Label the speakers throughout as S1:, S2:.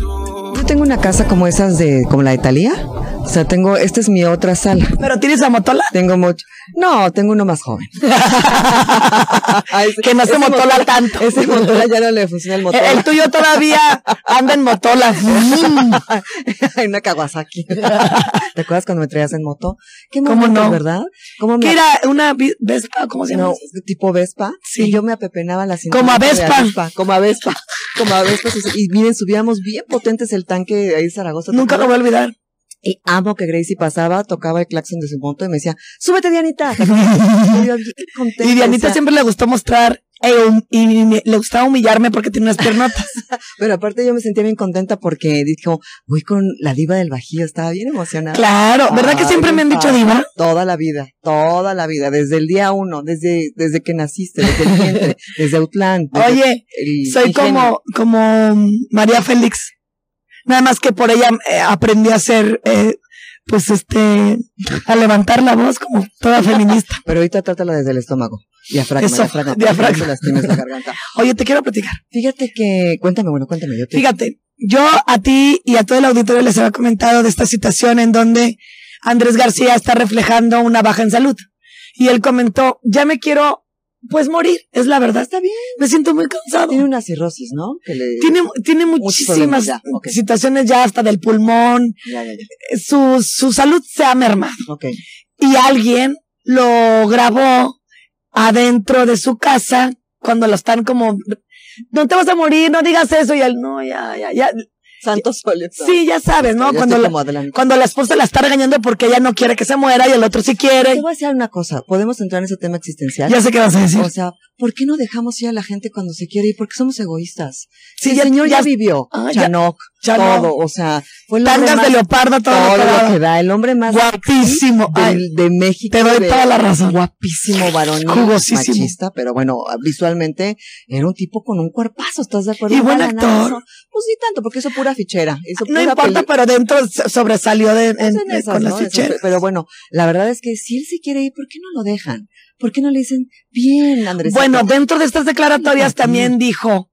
S1: Yo tengo una casa como esas de, como la de Talía. O sea, tengo, esta es mi otra sala.
S2: ¿Pero tienes la motola?
S1: Tengo mucho. No, tengo uno más joven. Ay, sí.
S2: Que no se
S1: Ese
S2: motola tanto.
S1: Ese motola ya no le funciona el motor.
S2: El, el tuyo todavía anda en motola. Mm.
S1: Hay una Kawasaki. ¿Te acuerdas cuando me traías en moto? Qué
S2: ¿Cómo
S1: momento,
S2: no?
S1: ¿verdad? ¿Cómo me
S2: ¿Qué era? ¿Una vi- Vespa? ¿Cómo se llama?
S1: no, tipo Vespa.
S2: Sí.
S1: Y yo me apepenaba la cintura.
S2: Como a
S1: de
S2: Vespa.
S1: Como a Vespa. Como a Vespa. sus- Y miren, subíamos bien potentes el tanque ahí en Zaragoza.
S2: Nunca lo voy a olvidar.
S1: Y amo que Gracie pasaba, tocaba el claxon de su moto y me decía, súbete Dianita. y yo, bien contenta,
S2: Y Dianita
S1: decía,
S2: siempre le gustó mostrar e hum- y me- le gustaba humillarme porque tiene unas piernotas.
S1: Pero aparte yo me sentía bien contenta porque dijo, voy con la diva del Bajío, estaba bien emocionada.
S2: claro, ¿verdad que
S1: Ay,
S2: siempre me han dicho
S1: padre.
S2: diva?
S1: Toda la vida, toda la vida, desde el día uno, desde, desde que naciste, desde el vientre, desde Outland. desde
S2: Oye,
S1: el
S2: soy
S1: ingenio.
S2: como, como mm, María Félix. Nada más que por ella eh, aprendí a ser, eh, pues este, a levantar la voz como toda feminista.
S1: Pero ahorita trátalo desde el estómago. Diafragma,
S2: Eso,
S1: diafragma.
S2: diafragma.
S1: diafragma. lastimes la garganta.
S2: Oye, te quiero platicar.
S1: Fíjate que, cuéntame, bueno, cuéntame, yo te...
S2: Fíjate, yo a ti y a todo el auditorio les había comentado de esta situación en donde Andrés García está reflejando una baja en salud. Y él comentó, ya me quiero, pues morir, es la verdad, está bien, me siento muy cansado.
S1: Tiene una cirrosis, ¿no? Que le...
S2: Tiene, tiene
S1: problemas,
S2: muchísimas
S1: ya, ok.
S2: situaciones ya hasta del pulmón,
S1: Ya, ya, ya.
S2: eh, su, su salud se ha mermado.
S1: Ok.
S2: Y alguien lo grabó adentro de su casa cuando lo están como, no te vas a morir, no digas eso. Y él, no, ya, ya, ya,
S1: Santo Solio.
S2: Sí, ya sabes, Pues ¿no?
S1: Ya
S2: Cuando
S1: estoy
S2: la,
S1: como adelante.
S2: cuando la esposa la está regañando porque ella no quiere que se muera y el otro sí
S1: Te
S2: quiere.
S1: voy a decir una cosa. ¿Podemos entrar en ese tema existencial?
S2: Ya sé qué vas a decir.
S1: O sea, ¿por qué no dejamos ir a la gente cuando se quiere ir? Porque somos egoístas. Sí,
S2: Sí,
S1: el
S2: ya-
S1: señor ya,
S2: ya-
S1: vivió.
S2: Ah, ya-
S1: Chanoc,
S2: ya no.
S1: todo. O sea, fue el hombre
S2: Tangas
S1: más,
S2: de leopardo, todo,
S1: todo
S2: lo que
S1: lo
S2: daba.
S1: que da. El hombre más
S2: Guapísimo.
S1: de,
S2: Ay,
S1: de México.
S2: te doy
S1: de-
S2: toda la razón.
S1: Guapísimo varón.
S2: Jugosísimo.
S1: Machista, pero bueno, visualmente era un tipo con un cuerpazo, ¿estás de acuerdo?
S2: Y
S1: Un
S2: buen
S1: galanazo.
S2: actor.
S1: Pues ni tanto, porque hizo pura fichera. hizo
S2: No
S1: pura
S2: importa,
S1: peli-
S2: pero dentro so- sobresalió de, en-
S1: pues en
S2: de-
S1: esas,
S2: con las
S1: ¿no? Esas,
S2: ficheras.
S1: Pero bueno, la verdad es que si él se quiere ir, ¿por qué no lo dejan? ¿Por qué no le dicen, bien, pues Andrés?
S2: Bueno, dentro de estas declaratorias
S1: Fíjate.
S2: también dijo,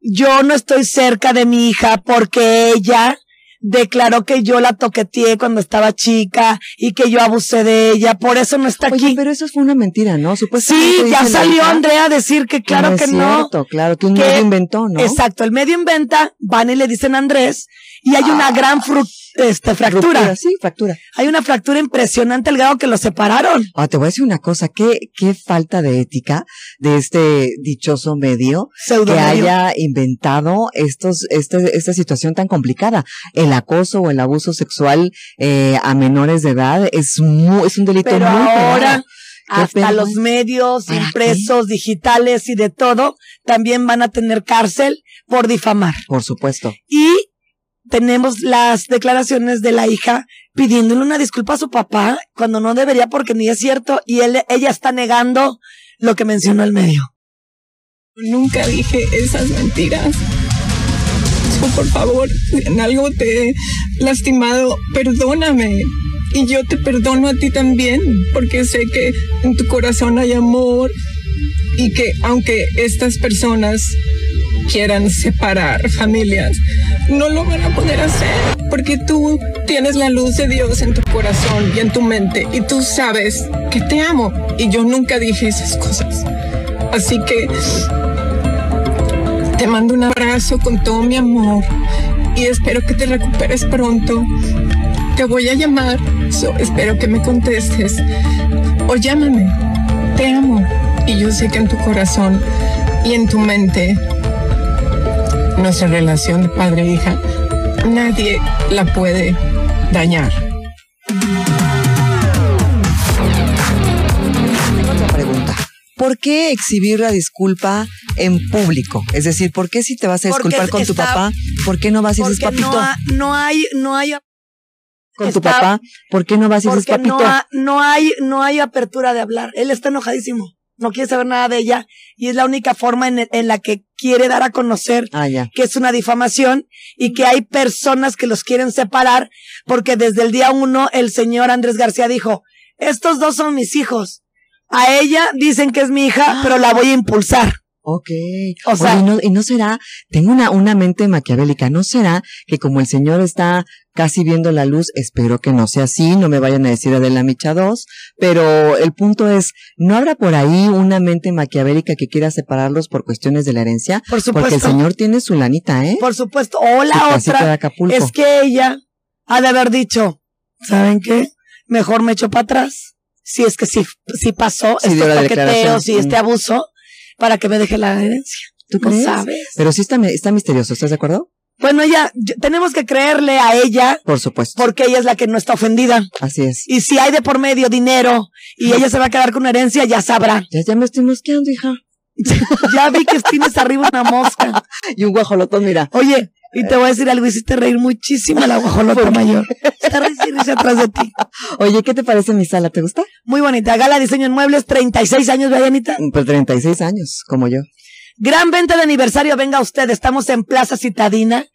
S2: yo no estoy cerca de mi hija porque ella declaró que yo la toqueteé cuando estaba chica y que yo abusé de ella, por eso no está
S1: Oye,
S2: aquí.
S1: pero eso fue una mentira, ¿no? Supuestamente
S2: Sí, ya
S1: dice la
S2: salió
S1: hija,
S2: Andrea a decir que claro
S1: no es
S2: que no.
S1: cierto, claro, que un
S2: Que-
S1: medio inventó, ¿no?
S2: Exacto, el medio inventa, van y le dicen a Andrés, y hay una
S1: Ah.
S2: gran fru- este, fractura.
S1: Ruptura, Sí, fractura.
S2: Hay una fractura impresionante al grado que los separaron.
S1: Ah, te voy a decir una cosa, qué, qué falta de ética de este dichoso medio que
S2: Pseudo
S1: haya inventado estos, este, esta situación tan complicada. El acoso o el abuso sexual eh, a menores de edad es, mu- es un delito
S2: Pero
S1: muy grave.
S2: ahora,
S1: Qué
S2: hasta
S1: pena.
S2: los medios
S1: ¿Para qué?
S2: impresos, digitales y de todo, también van a tener cárcel por difamar.
S1: Por supuesto.
S2: Y tenemos las declaraciones de la hija pidiéndole una disculpa a su papá cuando no debería porque ni es cierto y él, ella está negando lo que mencionó el medio.
S3: Nunca dije esas mentiras. So, por favor, si en algo te he lastimado, perdóname. Y yo te perdono a ti también, porque sé que en tu corazón hay amor y que aunque estas personas quieran separar familias, no lo van a poder hacer, porque tú tienes la luz de Dios en tu corazón y en tu mente, y tú sabes que te amo, y yo nunca dije esas cosas. Así que te mando un abrazo con todo mi amor y espero que te recuperes pronto. Te voy a llamar, so- espero que me contestes o llámame. Te amo y yo sé que en tu corazón y en tu mente nuestra relación de padre e hija nadie la puede dañar.
S1: Tengo otra pregunta. ¿Por qué exhibir la disculpa en público? Es decir, ¿por qué si te vas a
S2: Porque
S1: disculpar con tu
S2: está-
S1: papá? ¿Por qué no vas y dices
S2: porque
S1: papito?
S2: no, ha- no hay, no hay,
S1: con tu
S2: está-
S1: papá, ¿por qué no vas y dices
S2: porque no,
S1: papito?
S2: ha- no hay, no hay apertura de hablar. Él está enojadísimo, no quiere saber nada de ella y es la única forma en, en la que quiere dar a conocer
S1: Ah, ya.
S2: que es una difamación y que hay personas que los quieren separar porque desde el día uno el señor Andrés García dijo, estos dos son mis hijos. A ella dicen que es mi hija, pero la voy a impulsar.
S1: Ok.
S2: O
S1: O
S2: sea-
S1: sea, y, no, y no será, tengo una, una mente maquiavélica, ¿no será que como el señor está casi viendo la luz, espero que no sea así, no me vayan a decir Adela Micha 2, pero el punto es, ¿no habrá por ahí una mente maquiavélica que quiera separarlos por cuestiones de la herencia?
S2: Por
S1: Porque el
S2: supuesto.
S1: señor tiene su lanita, ¿eh?
S2: Por supuesto. O
S1: Su
S2: la
S1: casita de
S2: otra
S1: Acapulco.
S2: es que ella ha de haber dicho, ¿saben qué? Mejor me echo para atrás. Si es que sí, sí pasó
S1: Sí dio
S2: estos
S1: la
S2: paqueteos y
S1: declaración. Mm.
S2: este abuso para que me deje la herencia.
S1: ¿Tú
S2: No
S1: crees?
S2: sabes.
S1: Pero sí está, mi- está misterioso, ¿estás de acuerdo?
S2: Bueno, ella, yo- tenemos que creerle a ella
S1: Por supuesto.
S2: porque ella es la que no está ofendida.
S1: Así es.
S2: Y si hay de por medio dinero y ella se va a quedar con herencia, ya sabrá.
S1: Ya, ya me estoy mosqueando, hija.
S2: Ya vi que tienes arriba una mosca.
S1: Y un guajolotón, mira.
S2: Oye, y te voy a decir algo, hiciste reír muchísimo a la guajolota mayor. Está recién atrás de ti.
S1: Oye, ¿qué te parece mi sala? ¿Te gusta?
S2: Muy bonita. Gala Diseño en Muebles, 36 años, Dayanita.
S1: Pues 36 años, como yo.
S2: Gran venta de aniversario, venga usted. Estamos en Plaza Citadina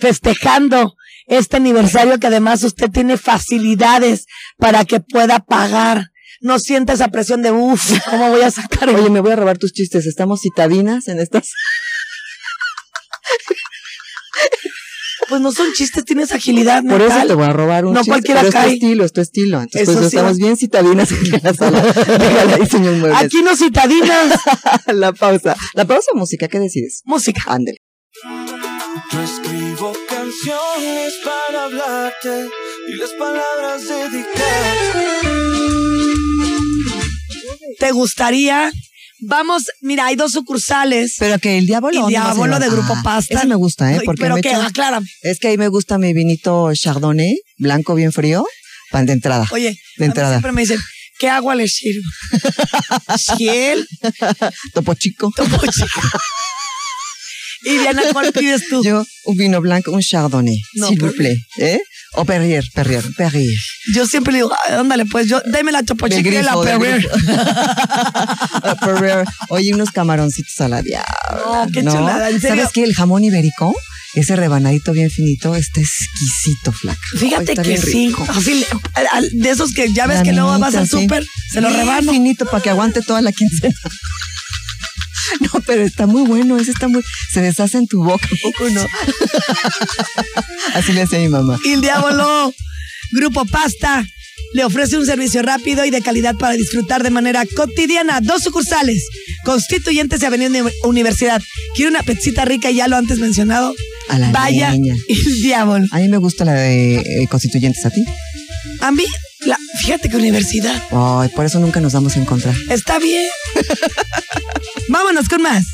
S2: festejando este aniversario que además usted tiene facilidades para que pueda pagar. No sienta esa presión de, uff, ¿cómo voy a sacar? el-?"
S1: Oye, me voy a robar tus chistes. Estamos citadinas en estas.
S2: Pues no son chistes, tienes agilidad.
S1: Por eso
S2: mental.
S1: te voy a robar un
S2: No
S1: chiste.
S2: cualquiera
S1: pero
S2: cae.
S1: Es tu estilo, es tu estilo. Entonces,
S2: Eso
S1: pues,
S2: sí.
S1: estamos bien citadinas en la sala. Déjala ahí, señor Muebles.
S2: Aquí no citadinas.
S1: La pausa. La pausa música, ¿qué decides?
S2: Música.
S1: Ándale.
S4: No escribo canciones para hablarte y las palabras dedicadas.
S2: ¿Te gustaría? Vamos, mira, hay dos sucursales.
S1: Pero que el diablo.
S2: El
S1: ¿dónde más
S2: Diabolo
S1: se
S2: de
S1: va?
S2: Grupo
S1: Ah,
S2: Pasta.
S1: Ese me gusta, ¿eh?
S2: Ay,
S1: Porque
S2: pero
S1: me
S2: que,
S1: echo-
S2: aclárame.
S1: es que ahí me gusta mi vinito chardonnay, blanco bien frío, pan de entrada. De
S2: Oye, a mí
S1: entrada.
S2: siempre me dicen, ¿qué agua le sirvo? Giel,
S1: Topo chico.
S2: topo chico. Y Diana, ¿cuál pides tú?
S1: Yo, un vino blanco, un chardonnay.
S2: No,
S1: s'il vous
S2: pero-
S1: plaît, ¿Eh? O perrier, perrier, perrier.
S2: Yo siempre le digo, "Ay, ándale, pues yo, deme la topo
S1: De
S2: chico y la
S1: grifo, de
S2: perrier.
S1: grifo. La Perrier. Oye, unos camaroncitos a la diabla.
S2: No, qué chulada, en serio.
S1: Ah, ¿Sabes qué? El jamón ibérico, ese rebanadito bien finito, está exquisito, flaca.
S2: Fíjate
S1: Está
S2: que
S1: bien
S2: sí.
S1: rico.
S2: Así, al- al- de esos que ya ves que
S1: Laminita,
S2: luego vas al
S1: sí.
S2: súper, se lo
S1: Bien
S2: rebano.
S1: finito para que aguante toda la quincena. No, pero está muy bueno, ese está muy... Se deshace en tu boca, ¿a poco no? Así le hacía mi mamá.
S2: Y el diablo, Grupo Pasta, le ofrece un servicio rápido y de calidad para disfrutar de manera cotidiana. Dos sucursales, Constituyentes y Avenida Uni- Universidad. Quiere una petzita rica, ya lo antes mencionado.
S1: A la
S2: Vaya,
S1: niña.
S2: el diablo.
S1: A mí me gusta la de eh, Constituyentes, ¿a ti?
S2: A mí, la, fíjate que universidad
S1: Ay, por eso nunca nos vamos a encontrar.
S2: está bien. Vámonos con más.